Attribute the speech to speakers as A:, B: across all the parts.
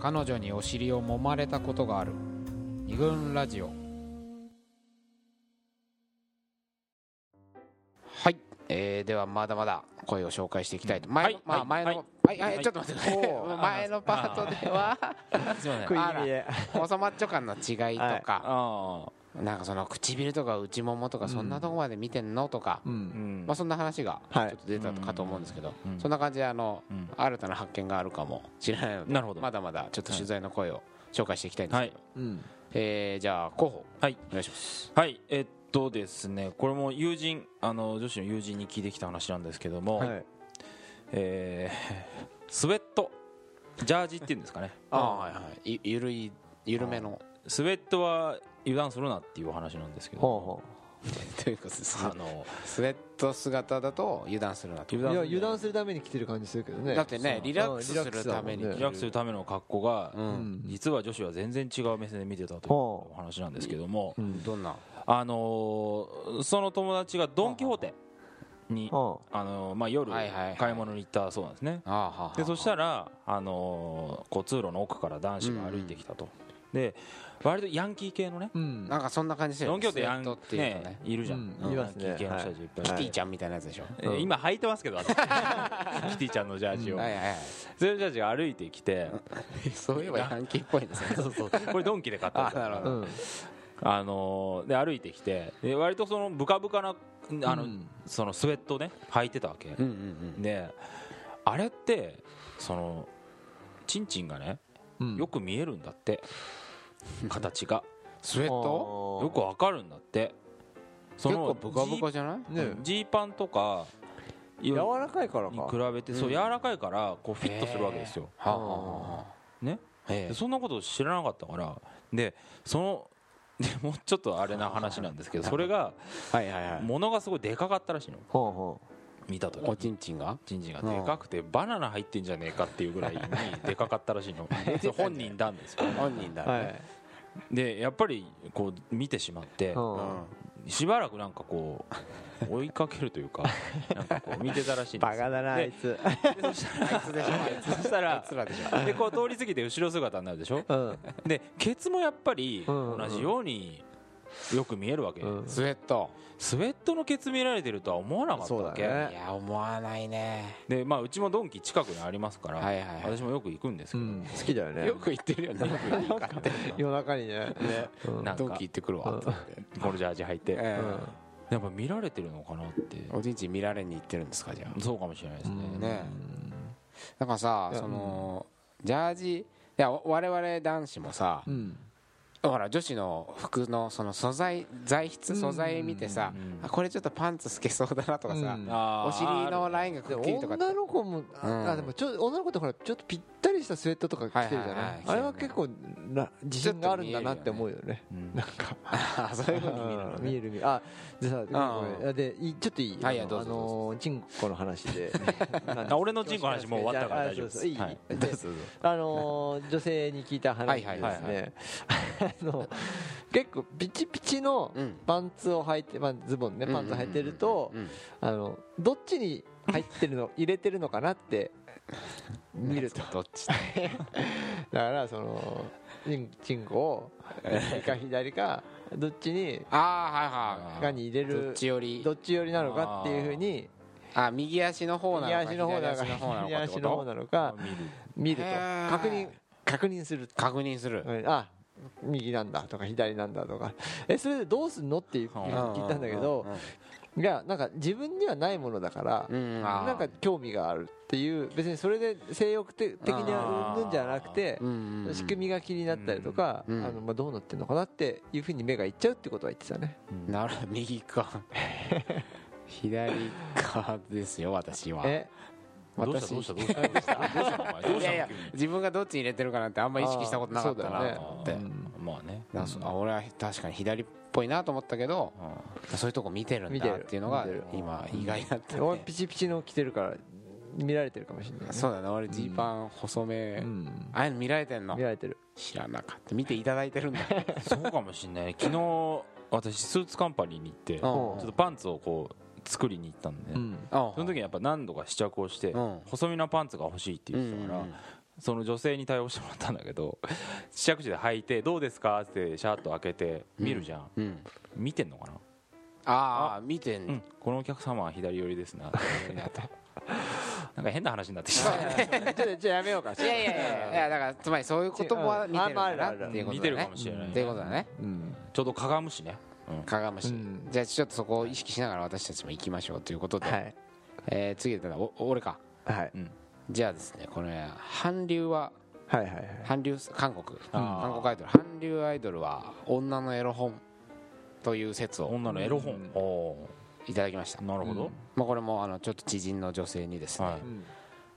A: 彼女にお尻を揉まれたことがある二軍ラジオはい、えー、ではまだまだ声を紹介していきたいと、前の
B: はい
A: まあ、前の、
B: はい
A: はいはい
B: はい
A: ちょっと待ってください
B: おー
A: 前のパートでは
B: すいません
C: 食い気味で
A: 細マッチョ感の違いとか、
B: ああ
A: なんかその唇とか内ももとかそんなとこまで見てんのとか、
C: うん
B: ん
A: まあ、そんな話がちょ
C: は
A: っ
C: い
A: と出たかと思うんですけど、
B: うん
A: そんな感じであの、
B: うん
A: 新たな発見があるかもしれないので
B: なるほど
A: まだまだちょっと取材の声を紹介していきたいんです
B: は
A: け
B: い
A: ど、
C: うん
A: えーじゃあ候補
B: はい
A: お願いします
B: はいえっとですねこれも友人あの女子の友人に聞いてきた話なんですけども、
C: はい
B: えー スウェットジャージっていうんですかね
A: ああはいはいゆゆるいゆるめの
B: スウェットは油断するなっていうお話なんですけど
C: ほ
A: ということです
B: あの
A: スウェット姿だと油断するなと
C: うほういや
B: する
C: 油断するために来てる感じするけどね
A: だってね
B: そう
A: リラックスするために
C: うん
B: リラックスするための格好が、
A: う
C: うんん
B: 実は女子は全然違う目線で見てたという
C: ほ
B: お話なんですけども、
C: ううん
A: どんな
B: あのーその友達がドン・キホーテに、
C: ほ
B: あのーまあ、夜
A: はいはいはい
B: 買い物に行ったそうなんですね、
A: ああはあ
B: でそした
A: ら
B: ら、あのーこう通路の奥から男子が歩いてきたと、で割とヤンキー系のね
C: ううん
A: なんかそんな感じですよ
B: ドン・キホーテ
A: スウェ
B: ヤ
A: ットっ
B: ン
A: て
B: キ
A: いう
B: ー
A: とね
B: ねいるじゃん、
C: うんい
B: ヤ
C: ま
B: ン
C: す
B: キ
C: ね
B: ー系の人たちいっぱいいて、
A: キ
C: はい
A: ティちゃんみたいなやつでしょ
B: えー今履いてますけど私キティちゃんのジャージを、
A: はいはいはい
B: それジャージが歩いてきて
A: そういえばヤンキーっぽいですね
B: そうそうこれドンキで買ったやつだから
A: あなるほ
C: うん
B: あのーで歩いてきてで割とそのブカブカなあの、
C: うん
B: そのスウェットをね履いてたわけ、
A: うんうんうん
B: であれってそのチンチンがね
C: うん
B: よく見えるんだって、形が
A: スウェット
C: あー
B: よくわかるんだってそ
A: 結構ブカブカじゃない
C: ね
B: ジーパンとか
C: 柔らかいから
B: に
C: か
B: 比べて、そう柔らかいからこうフィットするわけですよ、
A: はあはあはあ
B: ね
A: え
B: で
A: え
B: そんなこと知らなかったからでそのでもうちょっとあれな話なんですけどそれが
A: はいはいはい
B: 物がすごいでかかったらしいの
C: ほうほ
B: 見た時
A: おちんちんが
B: チンチンがでかくてバナナ入ってんじゃねえかっていうぐらいにでかかったらし いのそう本人なんですよ
A: 本人だ
C: うは
A: ね
C: い
B: でやっぱりこう見てしまって
C: ほ
A: う
C: うん
B: しばらくなんかこう 追いかけるという かなんかこう見てたらしいんで
C: バ
B: すよ
C: カだなあいつ
B: でそしたら
A: あいつでしょあい
B: そしたら
A: つらでしょ
B: でこう通り過ぎて後ろ姿になるでしょ
C: うん
B: でケツもやっぱり
C: うん
B: 同
C: うん
B: じようによく見えるわけ
C: うん
A: スウェット
B: スウェットのケツ見られてるとは思わなかったわ
C: そうだ
B: け
C: ね
A: いや思わないね
B: でまあうちもドンキ近くにありますから
A: はいはいはい
B: 私もよく行くんです
C: う
B: けど
C: ん好きだよね
A: よく言ってるよねよく言ってる
C: 夜中にね
A: ね
C: うん
B: なん
A: ドン
B: か
A: キ行ってくるわって言って
B: このジャージ履いてや
A: え
C: うん
B: っぱ見られてるのかなって
A: えおちんちん見られに行ってるんですかじゃあ
B: そうかもしれないですね
C: うん
A: ねなんかさそのジャージいやわ我々男子もさ
C: うん
A: ほら女子の服のその素材材質素材見てさ
B: うん
A: あこれちょっとパンツ透けそうだなとかさ
C: うん
B: あー
A: お尻のラインが
C: で
A: くっきりとかって
C: 女の子も
A: うん
C: ああでもちょ女の子ってほらちょっとぴったりしたスウェットとか着てるじゃ
A: はいはい
C: な
A: はいい
C: あれは結構な自信があるんだなって思うよね
B: うん
C: なんか
A: あそういうふう に見るの
C: 見
A: ね
C: える見えるあでさごめん
A: う
C: ご
A: ん
C: めんでいちょっといい
A: はい
C: あ
A: どう
C: のあ
A: ぞどうぞ
C: のチンコの話 で
B: あ俺のチンコの話もう終わったから大丈夫で
C: あそうそう
B: す
C: いい
B: はい
C: であのー女性に聞いた話
A: は
C: で
A: いはい
C: ですねあの結構ピチピチの
A: うん
C: パンツを履いてまあズボンねパンツ履いてると
A: うん
C: あのどっちに入ってるの入れてるのかなって見ると
A: どっち
C: だからそのチンチンコを右か左かどっちに
A: ああはいは
C: がに入れ
A: いどっ
C: る
A: ちより
C: どっち寄りなのかっていうふうに
A: あ右足の方な
C: 右
A: のか
C: 足の方なのか
A: 左足の方なの
C: 左
A: かってこと
C: 足の方なのか
B: 見る
C: 見ると
A: へー
C: 確認確認する
A: 確認する
C: うんあ右なんだとか左なんだとかえそれでどうすんのっていうふうに聞いたんだけどいやなんか自分にはないものだから
A: うんあー
C: なんか興味があるっていう別にそれで性欲的的にはうんぬんじゃなくて仕組みが気になったりとかあ
A: うん
C: のまあどうなってんのかなっていうふうに目がいっちゃうってことは言ってたね
A: みなる ほど右か左かですよ私は
C: え
B: どうし
A: 私
B: たどうしたどうしたどうしたのお前どう
A: い
B: した
A: やいや
B: の急に
A: 自分がどっちに入れてるかなんてあんま意識したことなかった
C: あーそうだ
A: な
C: よ
A: と
C: ね
A: 思ってだか
C: うん
B: まあね
A: らそあ俺は確かに左っぽいなと思ったけどそういうとこ見てるん
C: 見て
A: だ
C: る
A: っていうのが
C: 見てる
A: 今意外だったね
C: 俺ピチピチの着てるから見られてるかもしれないね
A: そうだね俺ジーパン細め
C: うん
A: ああいうの見られてんの
C: 見られてる
A: 知らなかった見ていただいてるんだ
B: そうかもしんない昨日私スーツカンパニーに行ってちょ
C: ん
B: っとパンツをこう作りに行ったんでね
C: うん
A: そ
B: その時にやっぱ何度か試着をして
A: うん
B: 細身のパンツが欲しいって言ってたからその女性に対応してもらったんだけど試着室で履いて「どうですか?」ってシャーッと開けて見るじゃん、
A: うん
B: 見てんのかな、
A: ああ見て
B: うんん、このお客様は左寄りですな
A: だと
B: なんか変な話になってきたね
C: ちょっとじゃあやめようか
A: いやいやいやいやだからつまりそういうことも
C: う
A: 見
C: ん
A: てる
C: あまあ
A: か
C: ある
A: な
C: あ
A: っ
C: るある
A: ていうことだね
B: 見てるかもしれないね
A: っていうことだね
C: うん
B: ちょうどかがむしね、うん
A: かがむし
C: うん
A: じゃあちょっとそこを意識しながら私たちも行きましょうということで、
C: はい
A: えー次だお俺か
C: はい
B: うん
A: じゃあですねこれ韓流は
C: はいはいはい
A: 韓流韓国
B: あー
A: 韓国アイドル韓流アイドルは女のエロ本という説を
B: 女のエロ本、
C: うん
B: お
A: いただきました
B: ーなるほど、
C: うん
A: まあ、これもあのちょっと知人の女性にですね、
B: はい
C: うん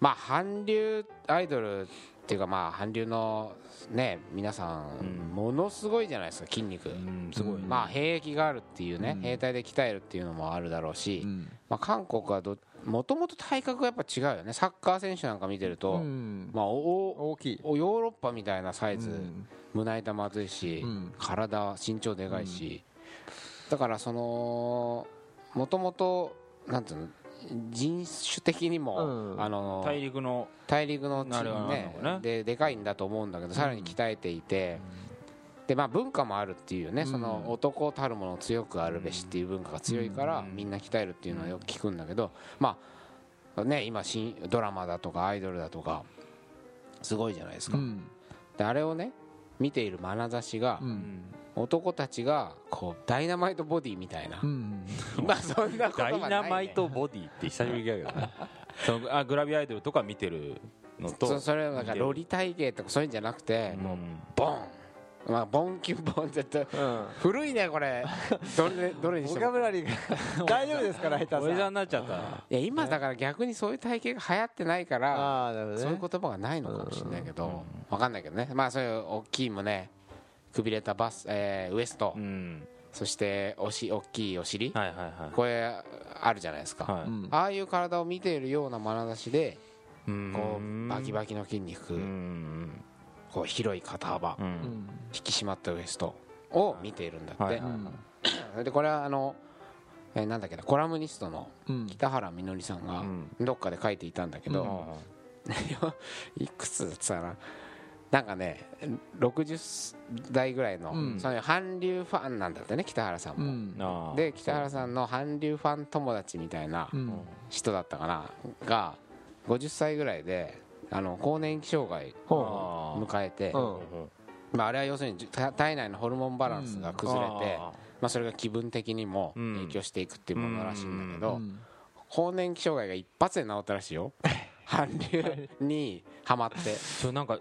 A: まあ韓流アイドルっていうかまあ韓流のね皆さん
B: うん
A: ものすごいじゃないですか筋肉、
B: うんすごい、ね
A: まあ兵役があるっていうね、
C: うん
A: 兵隊で鍛えるっていうのもあるだろうし、
C: うん
A: まあ、韓国はどもともと体格がやっぱ違うよねサッカー選手なんか見てると、
C: うん
A: まあ、お
C: 大きい
A: おヨーロッパみたいなサイズ、
C: うん
A: 胸板も厚いし、
C: うん
A: 体は身長でかいし、だからそのもともとなんていうの人種的にも、
C: うん
A: あの
B: 大陸の
A: 大陸の地
B: なるほど
A: ね
B: なるほどね
A: ででかいんだと思うんだけどさらに鍛えていて、でまあ、文化もあるっていうね、
C: うん
A: その男たるもの強くあるべしっていう文化が強いから、
B: うん
A: みんな鍛えるっていうのはよく聞くんだけど、まあね、今新ドラマだとかアイドルだとかすごいじゃないですか、
C: うん
A: であれをね見ている眼差しが、
C: うん
A: 男たちがこうダイナマイトボディみたいな
C: う、ん
A: まあそんなこと
B: ダ
A: はない、
B: イ
A: ね、
B: ナマイトボディって久しぶりだけどねそのあグラビアアイドルとか見てるのと
A: そそれはなんかロリ体型とかそういうんじゃなくて、
B: うん
A: ボン、まあ、ボンキュンボン絶 対古いねこれどれどれにし
C: ボ
A: て
C: キャ
A: も
C: ブラリーが 大丈夫ですから下手
B: おじさん
C: さ
B: になっちゃった
A: いや今だから逆にそういう体型が流行ってないから
C: ああーなるほど
A: そういう
C: ね
A: 言葉がないのかもしれないけ
B: うん
A: ど分かんないけどねまあそういう大きい胸くびれたバス、えーウエスト
B: うん
A: そしておし大きいお尻
B: はいはいは
A: これあるじゃないです
B: い
A: か
B: は
C: う
B: い
C: ん
A: ああいう体を見ているような眼差しで
B: うん
A: こうバキバキの筋
B: う
A: 肉
B: ん
A: こう広い肩幅
B: う
C: うんん
A: 引き締まったウエストを見ているんだっ
B: はい
A: て
B: はい
C: うん
A: でこれはあの、えーなんだっけなコラムニストの
C: うん
A: 北原みのりさんが
B: うん
A: どっかで書いていたんだけ
B: う
A: ど、
B: ん
A: いくつだったかななんかね60代ぐらいの、
C: うん
A: そういう韓流ファンなんだってね北原さん
C: う
A: も、
C: ん
B: あー
A: で北原さんの韓流ファン友達みたいな
C: うん
A: 人だったかなが50歳ぐらいであの更年期障害を
B: あー
A: 迎えて
C: うん
A: まあ、あれは要するにた体内のホルモンバランスが崩れて、
B: あ
A: まあ、それが気分的にも
B: うん
A: 影響していくっていうものらしいんだけ
C: う
A: ど、
C: ん
A: 更年期障害が一発で治ったらしい よ韓流にはまって
B: ーそれなんか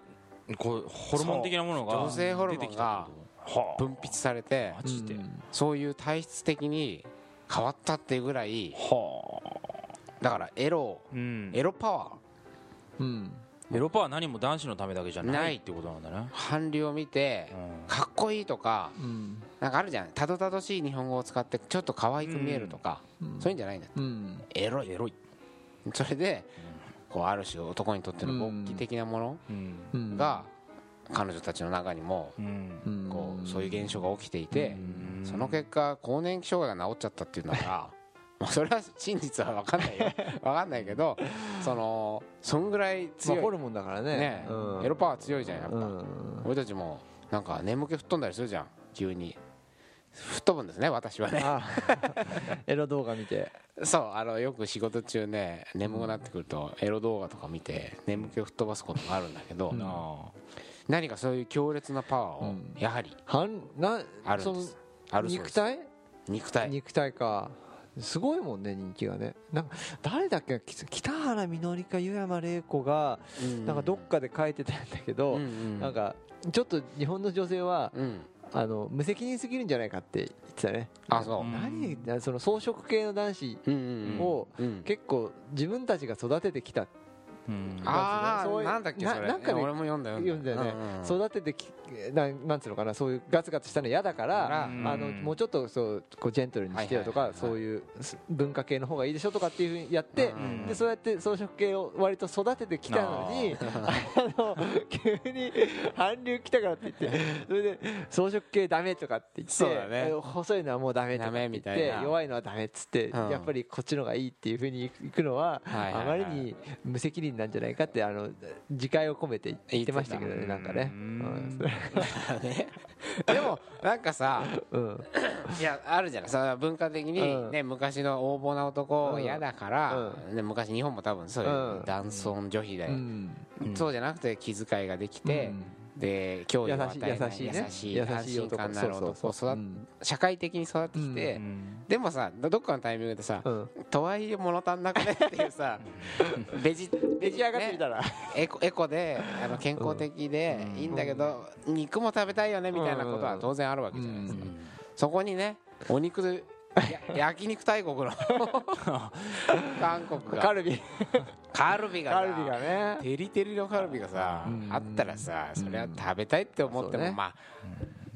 B: こうホルモン的なものが
A: そう女性ホルモンが
B: 出てきたってことはあ
A: 分泌されて
B: マジで
C: うん
A: そういう体質的に変わったっていうぐらい
B: はあ
A: だからエロ
B: うん
A: エロパワ
C: うん
B: エロパは何も男子のためだけじゃな
A: ないい
B: ってことなんだね
A: ー韓流を見てかっこいいとか
C: うん
A: なんかあるじゃんたどたどしい日本語を使ってちょっと可愛く見えるとか、
C: うん
A: そういうんじゃないんだ
C: うん
A: エロい
B: エロい
A: それでこうある種男にとっての勃起的なも
B: うん
C: うん
A: のが彼女たちの中にも
B: うん
C: うん
A: こうそういう現象が起きていて
B: うん
A: その結果更年期障害が治っちゃったっていうんだから まあそれは真実は分かんないよ分かんないけどそのそんぐらい
C: まあホ
A: 強い
C: ルモンだから
A: ね
C: ねうん
A: エロパワー強いじゃんやっ
C: う
A: ぱ
C: ん
A: 俺たちもなんか眠気吹っ飛んだりするじゃん急に吹っ飛ぶんですね私はね
C: あ エロ動画見て
A: そうあのよく仕事中ね眠くなってくるとエロ動画とか見て眠気を吹っ飛ばすことがあるんだけど
C: うん
B: あ
A: 何かそういう強烈なパワー
C: う
A: を
C: ん
A: やはり
C: はんな
A: ある
C: そ
A: ん
C: の
A: ですあるそうで
C: 肉
A: す
C: 体
A: 肉体
C: 肉体かすごいもんね人気がねなんか誰だっけき北原みのりか湯山玲子がなんかどっかで書いてたんだけど、
A: うんうん
C: なんかちょっと日本の女性は
A: うん
C: あの無責任すぎるんじゃないかって言ってたね
A: あそううん
C: 何その装飾系の男子
A: うんうんうん
C: を
A: うん
C: 結構自分たちが育ててきた
B: ーうん
A: あ
C: そう
A: あ
C: いう
A: なんだっけそれ
C: ななんかね
A: 俺も読んだ
C: 読んだよね、育ててきなんなんつうのかなそういうガツガツしたの嫌だから、
A: うん
C: あのもうちょっとそうこうジェントルにしてよとか、
A: はいはいはいはい
C: そういうす文化系の方がいいでしょとかっていうふうにやって、
A: うん
C: でそうやって装飾系を割と育ててきたのにあの 急に韓流来たからって言ってそれで装飾系ダメとかって言って
A: そうだね
C: え細いのはもうダメとか
A: ダ
C: って
A: メ
C: 言
A: み
C: った
A: い
C: て
A: な
C: 弱いのはダメっつって、
A: うん
C: やっぱりこっちのがいいっていうふうにいくのは、
A: はいはいはい
C: あまりに無責任りになるんじゃないかってあの自戒を込めて言ってましたけどねなんかね
B: う
C: うんんそれ
A: ね でもなんかさ
C: うん
A: いやあるじゃないその文化的
C: う
A: に、
C: ん
A: ね昔の横暴な男
C: うん
A: 嫌だから、ね、昔日本も多分そういう
C: うん
A: 男尊女卑で、
C: うん
A: そうじゃなくて気遣いができて、で教育を与えない
C: 優しい優しいね
A: 優しい安心感のある
C: そう
A: 男
C: そ
A: を
C: うそう
A: 育て社会的に育ってきて、
B: うん
A: でもさどどっかのタイミングでさ、
C: うん
A: とはいえ物足んなくねっていうさベジ
C: 出来上がってみた
A: ね
C: ら
A: エコエコであの健康的で
B: うん
A: いいんだけど、肉も食べたいよねみたいなことは当然あるわけじゃないですか、そこにねお肉や焼肉大国 の 韓国
C: カ
A: が
C: ルビ
A: カルビが
C: カ
A: さ
C: ルビがね
A: テリテリのカルビがさ、
C: うん
A: あったらさそれは食べたいって思っても、
C: そうね
A: まあ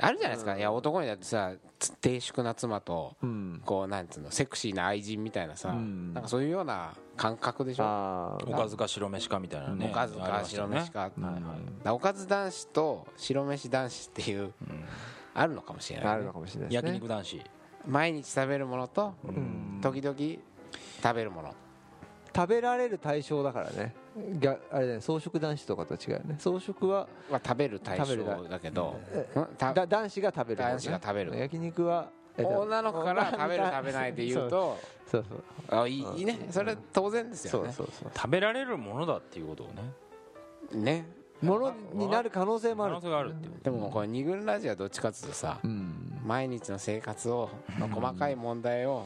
A: あるじゃないですか、いや男にだってさつ低粛な妻と
C: うん
A: こうなんつうのセクシーな愛人みたいなさ、
C: うん
A: なんかそういうような感覚でしょ
C: あー
B: おかずか白飯かみたいなね
A: おかずか白飯か、
C: ん
B: はいはい
A: だからおかず男子と白飯男子っていう、あるのかもしれな
C: あ
A: いね、
C: るのかもしれないです
B: 焼
C: ね
B: 肉男子
A: 毎日食べるものと
C: うん
A: 時々食べるもの
C: 食べられる対象だからねぎゃあれだね草食男子とかとは違うよね草食は
A: は食べる対象
C: 食べるだ
A: だけど
C: え
A: んた
C: だ男子が食べる方ね
A: 男子が食べる
C: 焼肉はえっと
A: 女の子から食べる
C: 女の子
A: 食べないで言うと
C: そうそう
A: あいいいいねそれ当然です
C: そ
A: よ
C: う
A: ね
C: そうそう
B: 食べられるものだっていうことをね
A: ね
C: ものになる可能性もあ
B: 可
C: る
B: 能性があるっていうこ
A: でもこれ二軍ラジオはどっちかっていうとさ
C: うん
A: 毎日の生活をの細かい問題を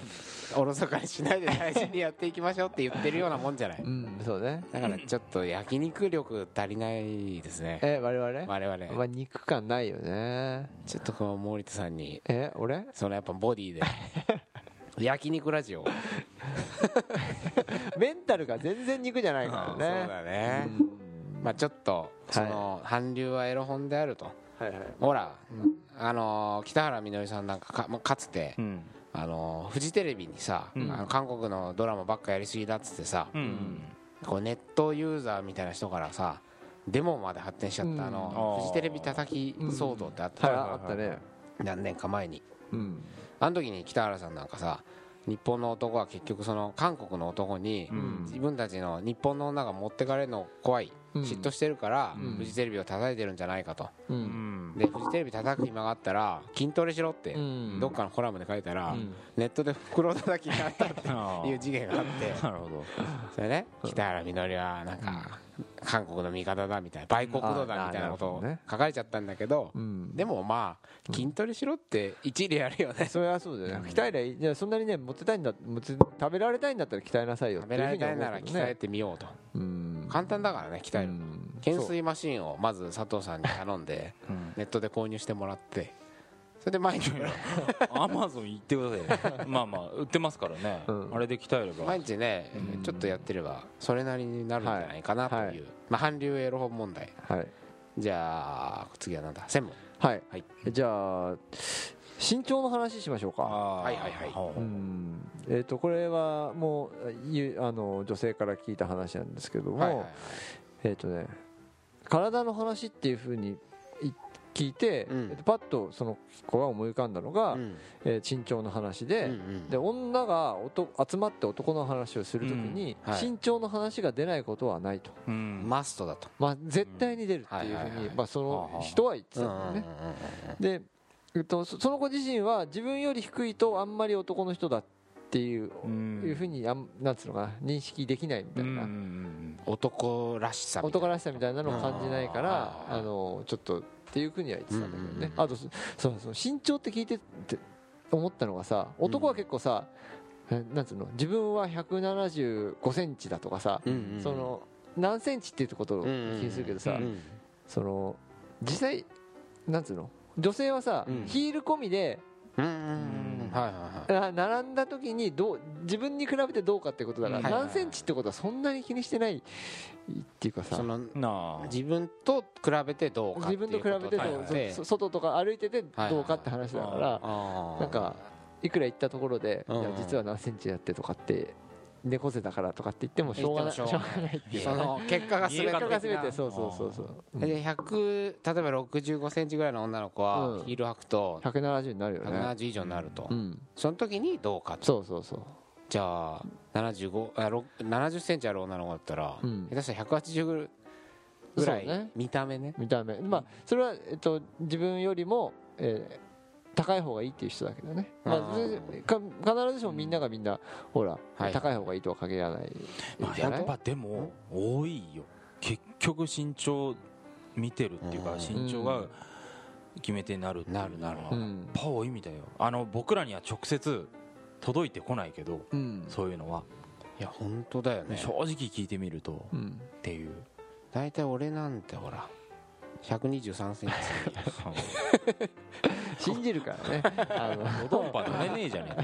A: おろそかにしないで大事にやっていきましょうって言ってるようなもんじゃない
C: うんそうね
A: だからちょっと焼肉力足りないですね
C: え我々
A: 我
C: ま
A: 々
C: あ肉感ないよね
A: ちょっとこう森田さんに
C: え俺
A: そのやっぱボディで焼肉ラジオ
C: メンタルが全然肉じゃない
A: そ
C: か
A: う
C: らね
A: だねまあちょっとその韓流はエロ本であると
C: はいはい
A: ほらあのー北原みのりさんなんかかまあかつて
B: とうん
A: あのーフジテレビにさあ
B: うん
A: の韓国のドラマばっかやりすぎだっつってさ
B: うん
A: こうネットユーザーみたいな人からさデモまで発展しちゃっ
C: うん
A: たあの
B: あー
A: フジテレビ叩き騒動ってあった
C: はい
A: じゃん
C: あったね
A: 何年か前に
C: うん
A: あの時に北原さんなんかさ日本の男は結局その韓国の男に
B: ん
A: 自分たちの日本の女が持ってかれるの怖い
C: うん
A: 嫉妬してるから
C: うん
A: フジテレビを叩いてるんじゃないかと
C: う
B: うんん
A: でフジテレビ叩く暇があったら筋トレしろって
C: うん
A: どっかのコラムで書いたら
C: うん
A: ネットで袋叩きになったっ
B: あ
A: ていう
B: ー
A: 事件があって
B: なるほど
A: それね北原みのりはなんか韓国の味方だみたいな売国奴だみたいなこと
C: あ
A: を
C: ーなるほどね
A: 書かれちゃったんだけど
C: うん
A: でもまあ筋トレしろって一理やるよね
C: それはそうだよね鍛えりゃいいじゃあそんなにねモテたいんだモテ食べられたいんだったら鍛えなさいよっ
A: 食
C: て
A: べ
C: い
A: ら
C: うふ
A: れ
C: うに
A: た
C: 思
A: いうなら
C: け
A: 鍛
C: ど
A: え
C: ね
A: てみようと
C: うん
A: 簡単だからね鍛える
C: うん
A: 懸垂マシンをまず佐藤さんに頼んでネットで購入してもらってそれで毎日
B: アマゾン行ってくださいよまあまあ売ってますからね
C: うん
B: あれで鍛えれば
A: 毎日ねちょっとやってればそれなりになるんじゃないかなと
C: はいは
A: いう
C: い
A: まあ韓流エロ本問題
C: はい
A: じゃあ次はなんだ専務
C: はい、
A: はい
C: じゃあ身長の話しましょうか
A: は
B: はい
A: はいはい
C: うんえー、とこれはもうゆあの女性から聞いた話なんですけども、
A: はいはいはい
C: えっ、とね体の話っていうふうにい聞いて、
A: うん
C: えっとパッとその子が思い浮かんだのが、
A: うん
C: えー身長の話
A: う
C: で、
A: んうん
C: で女がおと集まって男の話をするときに、
A: うんはい
C: 身長の話が出ないことはないと、
B: うん
A: マストだと
C: まあ、絶対に出るっていう
A: うんはいは
C: ふ
A: いうは
C: に
A: い
C: まあその人は言ってたんだよね。で、えっと、そその子自身は自分より低いとあんまり男の人だっていう,、
B: うん
C: いうふうにあんなんつうのかな認識できないみた
B: う
C: い
B: んうんう
C: な、
B: ん
A: 男らしさみたい
C: 男
A: な
C: らしさみたいなのを感じないから
A: うん
C: あのちょっとっていうふうには言ってたんだけどね、
A: うんうんうん
C: あとそそうそう身長って聞いてって思ったのがさ男は結構さ、えなんつうの自分は1 7 5センチだとかさ、
A: うんうんうん
C: その何センチっていうことを気にするけどさ、
B: うん
A: うん
C: その実際なんつうの女性はさ、
A: うん
C: ヒール込みで
A: うんうんうんはいはいはい
C: な並んだ時にどう自分に比べてどうかってことだから、
A: うんはいはいはい
C: 何センチってことはそんなに気にしてないっていうかさ
A: その
B: うんなあ
A: 自分と比べてどうかってい
C: 自
A: うこと
C: 分と比べて
A: だ
B: はい
A: よ
C: ど
B: は
C: う
B: い
A: ね
C: そそ外とか歩いててどうかって話だから、
A: あー
C: なんかいくら行ったところで、
A: うん
C: いや実は何センチやってとかって猫背だからとかって言ってもしょうがないし
A: 言って
C: ょうが
A: もしょうが
C: ないっていう
A: その結果が全て
C: 結果が全
A: 的
C: て
A: な
C: そうそうそうそううん
A: で100例えば6 5ンチぐらいの女の子
C: う
A: は
C: ん
A: ヒール履くと
C: 170になるよね
A: 170以上になると
C: うん
A: その時にどうかと
C: そうそうそう
A: じゃあ75あろ70センチある女の子だったら、
C: うん
A: 下手したら180ぐら
C: そうね
A: い見た目ね
C: 見た目まあそれは、えっと、自分よりも、えー高い方がいいっていう人だけどね、ま
A: あ
C: あ、
A: ー
C: ずか必ずしもみんながみんなほら、
A: はい
C: 高い方がいいとは限らない
B: まあ、
C: じゃ
B: や
C: ない
B: っぱでも多いよ結局身長見てるっていうか
A: うん
B: 身長が決め手になるっていうのは
A: なるなる
B: や
A: ぱ
C: うん
B: っぱ多いみたいよあの僕らには直接届いてこないけど
C: うん
B: そういうのはい
A: や本当だよね
B: 正直聞いてみると
C: うん
B: っていう
A: 大体俺なんてほら123センチ
C: 信じるから ねあ
B: ドドンパ乗れねえじゃね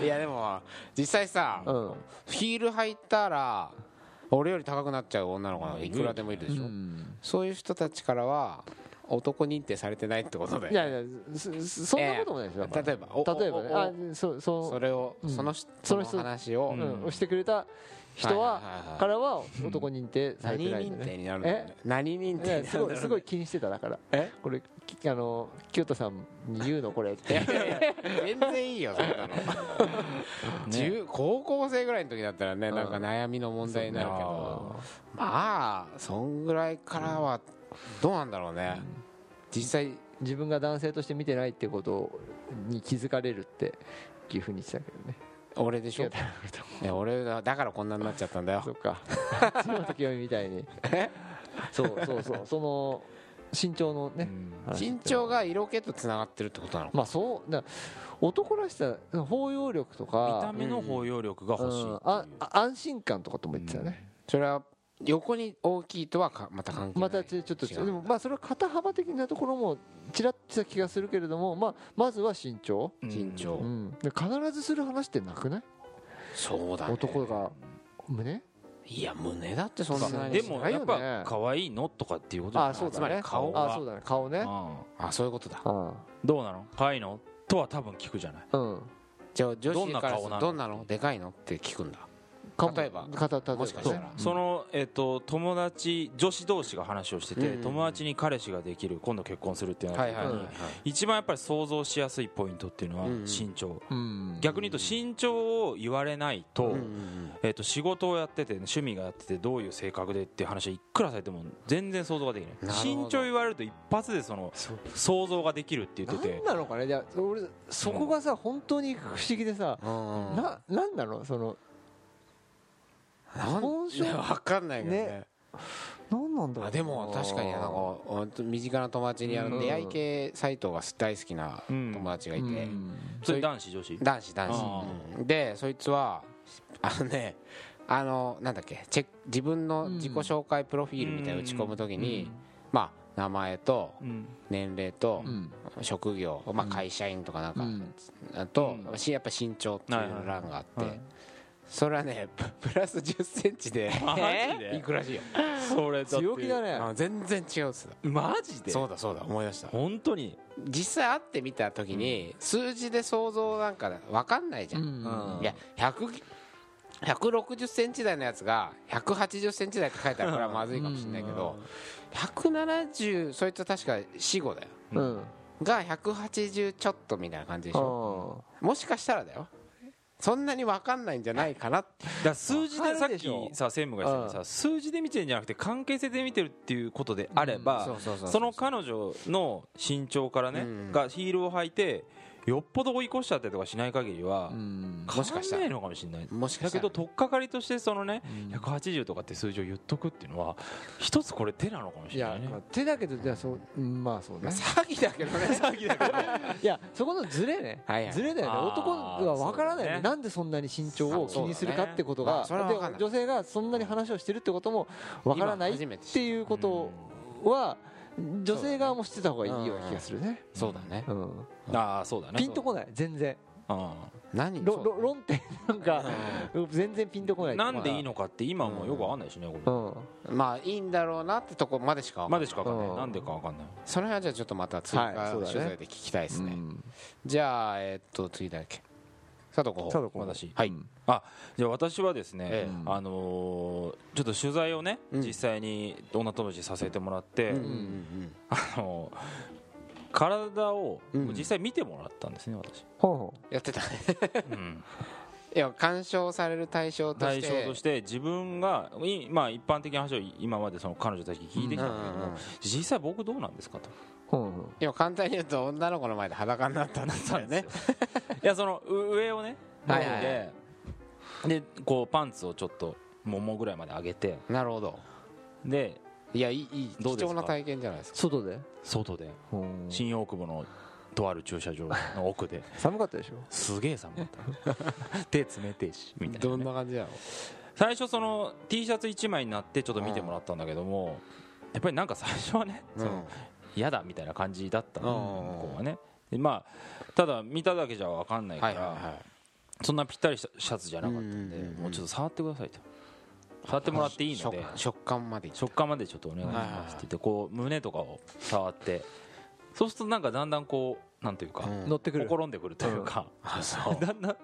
B: え
A: いやでも実際さ、
C: の
A: ヒール履いたら俺より高くなっちゃう女の子なんか
B: うん
A: いくらでもいるで
C: う
A: しょ、
C: ん
A: そういう人たちからは男認定されてないってことで
C: いやいやそそそんなこともないですよ、だか
A: 例えばお
C: ら例えば
A: お
C: ね
A: お
C: あそうそう
A: それを、
C: うん
A: その人
C: その
A: の
C: 人
A: 話を、
B: う
C: うんん、押してくれた人は、
A: いいい
C: からは男認定されて
A: 何
C: ないん
A: 認
C: だね
A: 定になるんだよね何認
C: い
A: 定
C: や
A: にな
C: す
A: るんだ
C: ごい
A: ろう
C: すごい気にしてただから
A: え
C: これきあの清田さんに言うのこれって
A: いやいやいや全然いいよそんなの、
B: ね
A: 10高校生ぐらいの時だったらね
C: うん
A: なんか悩みの問題になるけど、
B: あ
A: まあそんぐらいからはどうなんだろうね、実際
C: 自分が男性として見てないってことに気づかれるっていうふうに言ってたけどね
A: 俺でし
C: 清
A: ょ
C: 田さんのこと
A: ね俺だだからこんなになっちゃったんだよ
C: そっか 篠田清美みたいにそうそうそうその身長の
B: ー
C: ね
B: うん
C: 話っていうの
A: 身
C: は
A: 長が色気とつながってるってことなのか
C: まあそうだ男らしさ包容力と
B: 見た
C: か
B: 目の包容力が欲しいっていう
C: うんああ安心感とかとも言ってたよね、
A: それは横に大きいとはかまた関係な
C: ま
A: い
C: たちょちょっと違
A: 違う
C: うでもまあそれは肩幅的なところもちらっとした気がするけれども、まあ、まずは身長、
B: うん
A: 身長、
C: うん、で必ずする話ってなくない、
A: そうだね
C: 男が胸
A: いや胸だってそん
B: そ
A: な
B: う
A: に
B: でもやっ
C: ないよね
B: ぱ可愛いのとかっていうこと
C: あ
B: じゃな
C: そう
B: い
C: だ
B: つま
C: ね
B: り顔
C: あ
B: が
C: そうだね顔ね
A: あそういうことだ
C: あ
B: うんどうなの可愛いのとは多分聞くじゃない
C: うん
A: じゃあ女子からする
B: どんな顔なの
A: とどんなのでかいのって聞くんだ
C: かも
A: 例えば
C: 肩例えばね
A: もしかしたら
B: その、えっと友達女子同士が話をしてて、
A: うん
B: 友達に彼氏ができる今度結婚するってなった
A: は
B: 時
A: い
B: に、
A: はいはいはい
B: 一番やっぱり想像しやすいポイントっていうのは
A: うん
B: 身長、
C: うん
B: 逆に言うと身長を言われない
A: う
B: と,、
A: んうん
B: えっと仕事をやってて趣味がやっててどういう性格でっていう話はいくらされても全然想像ができな
A: ないるほど
B: 身長言われると一発でその
C: そう
B: 想像ができるって言ってて
C: 何なのかねいや俺そこがさ本当に不思議でさ、
A: うんうん
C: ななんなのその
A: なん
C: 本性
A: いやわかんないけどね
C: ね何なんだろう
A: あでも確かになんかほんと身近な友達にあ
C: う
A: の
C: ん
A: 出会い系サイトが大好きな
B: うん
A: 友達がいて、
C: うん
B: それ男子女子
A: 男子男
B: あ
A: 子、うんでそいつはあのねあのなんだっけチェック自分の自己紹介プロフィールみたいなの打ち込むときに、まあ名前と
B: うん
A: 年齢と
C: うん
A: 職業、まあ、
C: うん
A: 会社員とかなんか、
C: うん
A: あと、
B: うん
A: しやっぱ身長っていう欄があって、
B: はいはい
A: それはねププラス1 0ンチで
B: マ ジで
A: いくらしいよ
B: それだって
C: 強気だね
A: あ 全然違うっす
B: マジで
A: そうだそうだ思い出した
B: 本当に
A: 実際会ってみた時に数字で想像なんか分かんないじゃん、
B: うん
A: いや100 160センチ台のやつが180センチ台って書いてあるからまずいかもしれないけど170そいつは確か死後だよ
C: うん
A: が180ちょっとみたいな感じでしょ
C: あ
A: もしかしたらだよそんなに分かんないんじゃないかなって
B: だから数字で
C: わか
B: さっ
C: るでしょ
B: きさ専務が言ってた
C: う
B: さ数字で見てるんじゃなくて関係性で見てるっていうことであればその彼女の身長から
A: う
B: ね
A: ん
B: がヒールを履いてよっぽど追い越しちゃったりとかしない限りは
C: ーうん
A: もしかしたら
B: 変わんないのかもしれない
A: もしか
B: だ
A: した
B: け
A: ら
B: ど取っかかりとしてそのね
C: うん
B: 180とかって数字を言っとくっていうのは一つこれ手なのかもし
C: い
B: れ
C: や
B: ないね
C: まあ手だけどじゃあそううんまあそう
A: まあ
C: ね
A: 詐欺だけどね 詐欺だけど
C: いやそこのズレね
A: はいはい
C: ズレだよね
B: あー
C: 男は分からな
B: そうだ
C: いよね
B: ね
C: なんでそんなに身長を気にするかってことが
A: そうだねまあそれは分かんな
C: で
A: い
C: 女性がそんなに話をしてるってことも分からないっ
A: 今初めて知った
C: ていうことは女性側も知ってた方がいいような気がするね
A: そうだね
C: うん
B: ああそうだね
C: ピンとこない全然
B: うん
A: 何
C: ろ
A: そう
C: ろ論点なんか全然ピンとこない
B: なんでいい
C: の
B: のかって今もよくわかんないしねこ
C: う
B: れ
C: ん
A: まあいいんだろうなってとこまでしかわかんない
B: までしかわかんない
C: うん
B: なんでかわかんない
A: その辺はじゃあちょっとまた追
C: はい
A: 加
C: そうだ
A: 取
C: ね
A: 材で聞きたいですね、
C: うん
A: じゃあえーっと次だっけ佐藤候
C: ただ
A: 補
C: こう
B: 私
A: はい
C: うん
B: じゃあ私はですね、
A: え
C: え
B: あのーちょっと取材をね、
A: うん
B: 実際に女友達させてもらって、
A: うんうん
B: あのー体を
A: うん
B: 実際見てもらったんですね、私、
C: ほうほ
A: やってたね
B: うん
A: 要は干渉される対象とし
B: 対
A: て
B: 象として自分がいまあ一般的な話を今までその彼女たちに聞いてきたんだけ
A: う
B: ど
A: んうんう
B: も
A: ん
B: 実際僕どうなんですかと
C: うんうん
A: 要は簡単に言うと女の子の前で裸になったんだ
B: そうですよいやそのう上をね脱
A: はいいはい
B: ででこうパンツをちょっとももぐらいまで上げて
A: なるほど
B: で
A: いやいいいい
B: どう
A: 貴
B: ですか
A: 重な体験じゃないですか
C: 外で
B: 外で
C: うん
B: 新大久保のとある駐車場の 奥で
C: 寒かったでしょ
B: すげえ寒かった手冷てえしみたいなね、
A: どんな感じやろ
B: 最初その T シャツ1枚になってちょっと見てもらったんだけどもやっぱりなんか最初はね
A: う、
B: その嫌だみたいな感じだった
A: うん
B: の向こうはねでまあただ見ただけじゃ分かんない
A: は
B: か
A: いはい
B: ら
A: は
B: そんなぴったりしたシャツじゃなかったんで
A: うんうんうん
B: もうちょっと触ってくださいと触ってもらっていいので
A: 食食感までいっ
B: 食感までちょっとお願いしますって言ってこう胸とかを触ってそうするとなんかだんだんこうなんというか
A: うん
C: 乗ってくる
B: ほころんでくるというか
A: あそう
B: だんだん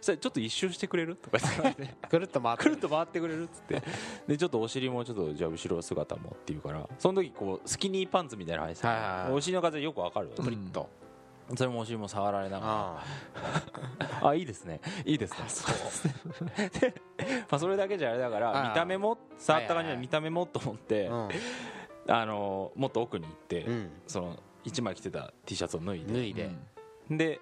B: それちょっと一周してくれるとか言って
A: くるっと回って
B: くるっと回ってくれるっつってでちょっとお尻もちょっとじゃあ後ろ姿もっていうからその時こうスキニーパンツみたいなの履いてた
A: はいはい
B: か
A: は
B: ら
A: い
B: お尻の風よくわかるよ
A: プリッと
B: それもお尻も触られなが
A: あ
B: らあいいですねいいですね でまあそれだけじゃあれだか
A: あ
B: ら
A: あ
B: 見た目も触った感じ
A: はいはいは
B: で
A: い
B: 見た目もと思って
A: あ
B: あのもっと奥に行って
A: うん
B: その1枚着てた T シャツを脱い
A: 脱
B: で
A: いで
B: で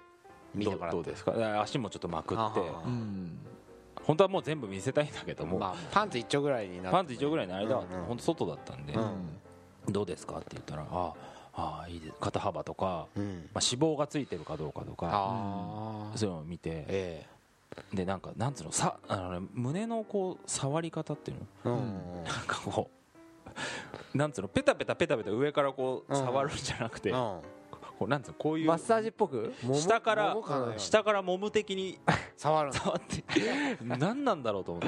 A: 見
B: ど
A: てもらって
B: どうですかだから足もちょっとまくっ
A: あ
B: て
A: はは
C: うん
B: 本当はもう全部見せたいんだけども
A: まあパンツ一丁ぐらいになって
B: パンツ一丁ぐらいの間は
A: うんうん
B: 本当外だったんで
A: う
C: うん
B: どうですかって言ったらああああいいです肩幅とか、
A: うん
B: まあ、脂肪がついてるかどうかとか
A: ああ
B: そういうのを見て
A: え
B: でなんかなんつうのさあの、ね、胸のこう触り方っていう
A: え
B: の
A: うんうん
B: なんかこうなんつうのペタペタペタペタ上からこう
A: うん
B: 触るんじゃなくて、
A: うん
B: こうなんつうのこういう
C: マッサージっぽく
A: 桃
B: 下から
A: 桃のように
B: 下からもむ的に
A: 触るの
B: 触って何なんだろうと思っ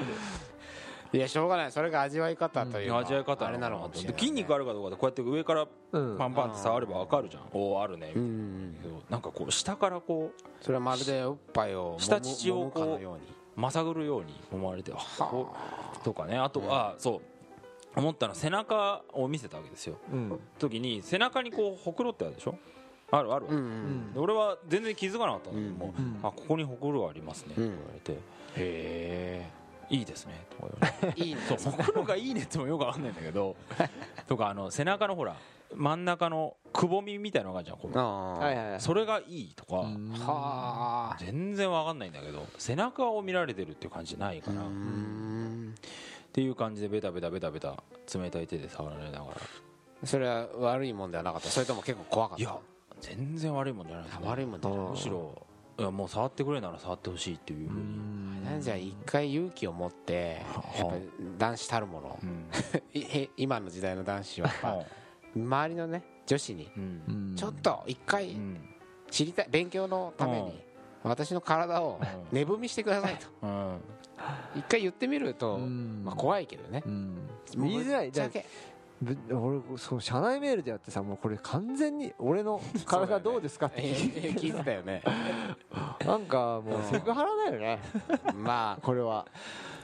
B: て
A: いやしょうがないそれが味わい方というか
B: 味わい方
A: あれなの
B: の
A: か
B: か
A: も
B: と
A: し
B: 思
A: れ
B: っ
A: な
B: て
A: い
B: 筋肉あ
A: る
B: るかどうかってこうやって上から
C: うん
B: パンパンって触ればわかるじゃんおおあるねみた
A: う
B: い
A: ん
B: な
A: うんうん
B: けどなんかこう下からこう
A: それはまるでおっぱいを
B: 下乳を
A: 揉むか
B: こ
A: の
B: う
A: ように
B: まさぐるように思われてあこうとかねあとは、そう思ったのは背中を見せたわけですよ
C: うん
B: 時に背中にこうほくろってあるでしょあるある、
A: うん
B: で俺は全然気づかなかったんだけども、
C: うん
B: あここにほくろがありますねって
A: うん
B: 言われて、
A: へ
B: いいですねとか言わ れて
A: えいいね
B: そうほくろがいいねってもよくわかんないんだけど とかあの背中のほら真ん中のくぼみみたいなのがあるじゃんこう
A: ああ
C: はいはいはい
B: それがいいとか、
C: うん
A: はあ
B: 全然わかんないんだけど背中を見られてるっていう感じじゃないから、
A: うん
B: っていう感じでベタベタベタベタ冷たい手で触られながら
A: それは悪いもんではなかったそれとも結構怖かっ
B: いや全然悪いもんじゃないです
A: た
B: ね
A: 悪いもんじゃない
B: むしろいやもう触ってくれなら触ってほしいっていうふうに、
A: なんじゃ一回勇気を持って
B: は
A: やっぱ男子たるもの
B: うん
A: いへ今の時代の男子 はやっぱ周りのね女子に
B: うん
C: うん
A: ちょっと一
B: う
A: 回
B: ん
A: 知りたい勉強のため
B: うん
A: に私の体を
B: うん
A: 寝踏みしてくださ いと
B: うん
A: 一回言ってみると
C: うん
A: まあ怖いけどね
C: うん
A: もう
C: 言いづらい
A: ぶっ
C: じ
A: ち
C: ゃ
A: ゃ
C: あ
A: け
C: ぶ俺その社内メールでやってさもうこれ完全に俺の体どうですかって聞い て、
A: 聞いてたよね
C: なんかもうセクハラだよね
A: まあ
C: これは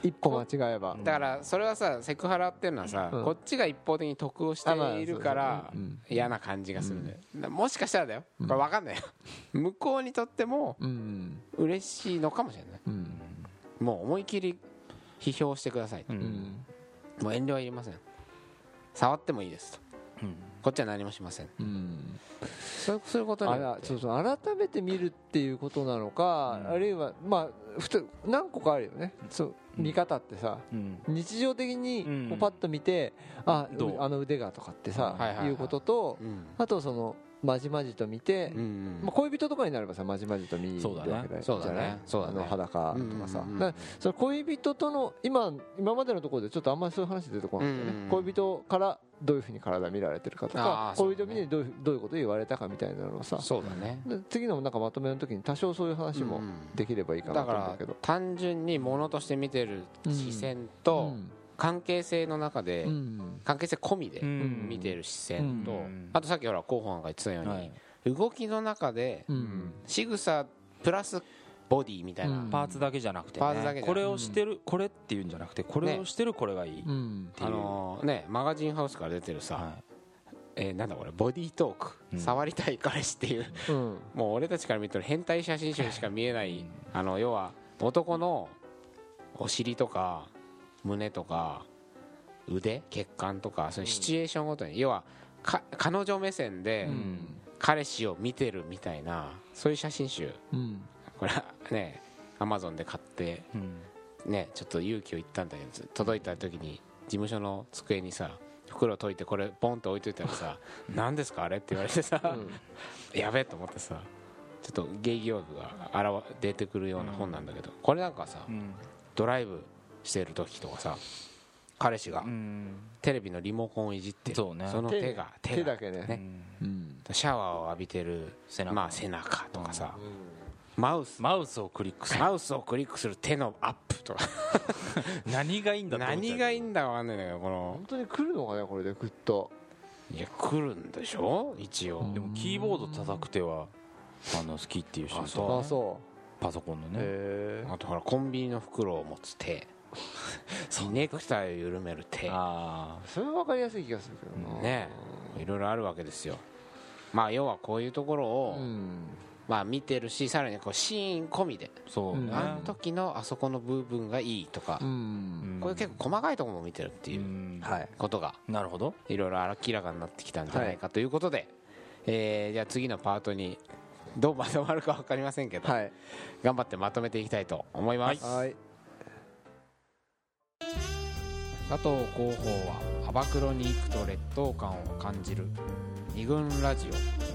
C: 一歩間違えば
A: だからそれはさセクハラっていうのはさ、
C: うん
A: こっちが一方的に得をして
C: あまあそう
A: いるから
C: そううん
A: 嫌な感じがするんだよ、なもしかしたらだよこれ分かんないよ 向こうにとっても
C: うん
A: 嬉しいのかもしれない
C: うん
A: もう思い切り批評してくださいと
B: う、
C: うんん
A: もう遠慮はいりません触ってもいいですと
B: うん
A: こっちは何もしません
C: うん
A: そういうそういうことに
C: あ
A: よ
C: ら
A: って
C: そうそう改めて見るっていうことなのか、
B: うん
C: あるいはまあふと何個かあるよねそう
B: うん
C: 見方ってさ
B: うん
C: 日常的
B: うん
C: にこうパッと見て、あ
B: どう
C: うあの腕がとかって
A: は
C: さ、
A: いはいはい
C: いうことと
A: うん
C: あとそのまじまじと見て、
A: うんうん
C: まあ、恋人とかになればさまじまじと見る
B: そうだ
C: わ
B: ね
C: けだよ
A: そうだね
C: じゃない
A: そうだね
C: あの裸とかさ、
A: うんうんうん
C: だからその恋人との今今までのところでちょっとあんまりそういう話出てこないんだよね、
A: うんうん
C: 恋人からどういうふうに体見られてるかと
A: あ
C: か
A: ーそうだ
C: 恋
A: ね
C: 人見にどういうどういうこと言われたかみたいなのをさ
A: そうだね
C: で次のなんかまとめの時に多少そういう話も
A: うん
C: できればいいかな
A: だ
C: と思うん
A: か
C: だけ
A: ら
C: ど、
A: 単純にものとして見てる視線
C: う
A: と
C: ん
A: 関係性の中で
C: うん
A: 関係性込みで
B: うん
A: 見てる視線
B: う
A: と
B: ん
A: あとさっきほら広報が言ってたよ
B: は
A: う
B: い
A: に動きの中で
C: うん
A: 仕草プラスボディみたいな
C: うん
B: パーツだけじゃなくてね
A: パーツだけじゃなくて
B: これをしてるこれっていうんじゃなくてこれをしてるこれがいいっ
C: うん
B: てい
A: あ
B: う
A: のーねマガジンハウスから出てるさ
B: は
A: えーなんだこれボディートー
B: う
A: ク
B: ん
A: 触りたい彼氏っていう
C: うん
A: もう俺たちから見てる変態写真集にしか見えないあの要は男のお尻とか胸とか腕血管とかそのシチュエーションごとに、要はか彼女目線で
B: うん
A: 彼氏を見てるみたいなそういう写真集
C: うん
A: これはねアマゾンで買って
B: うん
A: ねちょっと勇気を言ったんだけど届いた時に事務所の机にさ袋を解いてこれポンと置いといたら さ「何ですかあれ?」って言われてさ、やべえと思ってさちょっと芸業具があらわ出てくるような本なんだけど、これなんかさ
B: うん
A: ドライブしてる時とかさ彼氏が
B: うん
A: テレビのリモコンをいじって
B: そうね
A: の手が
C: 手
A: 手
C: 手
A: が
C: だけね
A: ね
C: うん
A: シャワーを浴びてる
B: 背中
A: まあ、背中とかさ、マウス
B: マウスをクリックする
A: マウスをクリックする手のアップとか
B: 何がいいんだって思っちゃう
A: 何がいいんだかわかんないんだけどこの
C: 本当に来るのかねこれでグッと
A: いや来るんでしょ一応、
B: でもキーボード叩く手はあの好きっていう人
A: あ
B: と
A: そう
C: あそ
B: パソコンの
C: う
B: ね
C: へえ
A: あとほらコンビニの袋を持つ 手ネクタイを緩める手
B: あ
C: それは分かりやすい気がするけどな
A: ねいろいろあるわけですよまあ要はこういうところを、
C: うん
A: まあ見てるしさらにこうシーン込みで、
B: あそうね
C: うん
A: あの時のあそこの部分がいいとか、
C: うん
A: こういう結構細かいところも見てるっていううん
C: はい
A: ことが
B: なるほど
A: いろいろ明らかになってきたんじゃないかということで、えーじゃあ次のパートにどうまとまるか分かりませんけど、
C: はい
A: 頑張ってまとめていきたいと思います、
C: はい
A: 佐藤広報は「アバクロに行くと劣等感を感じる」「二軍ラジオ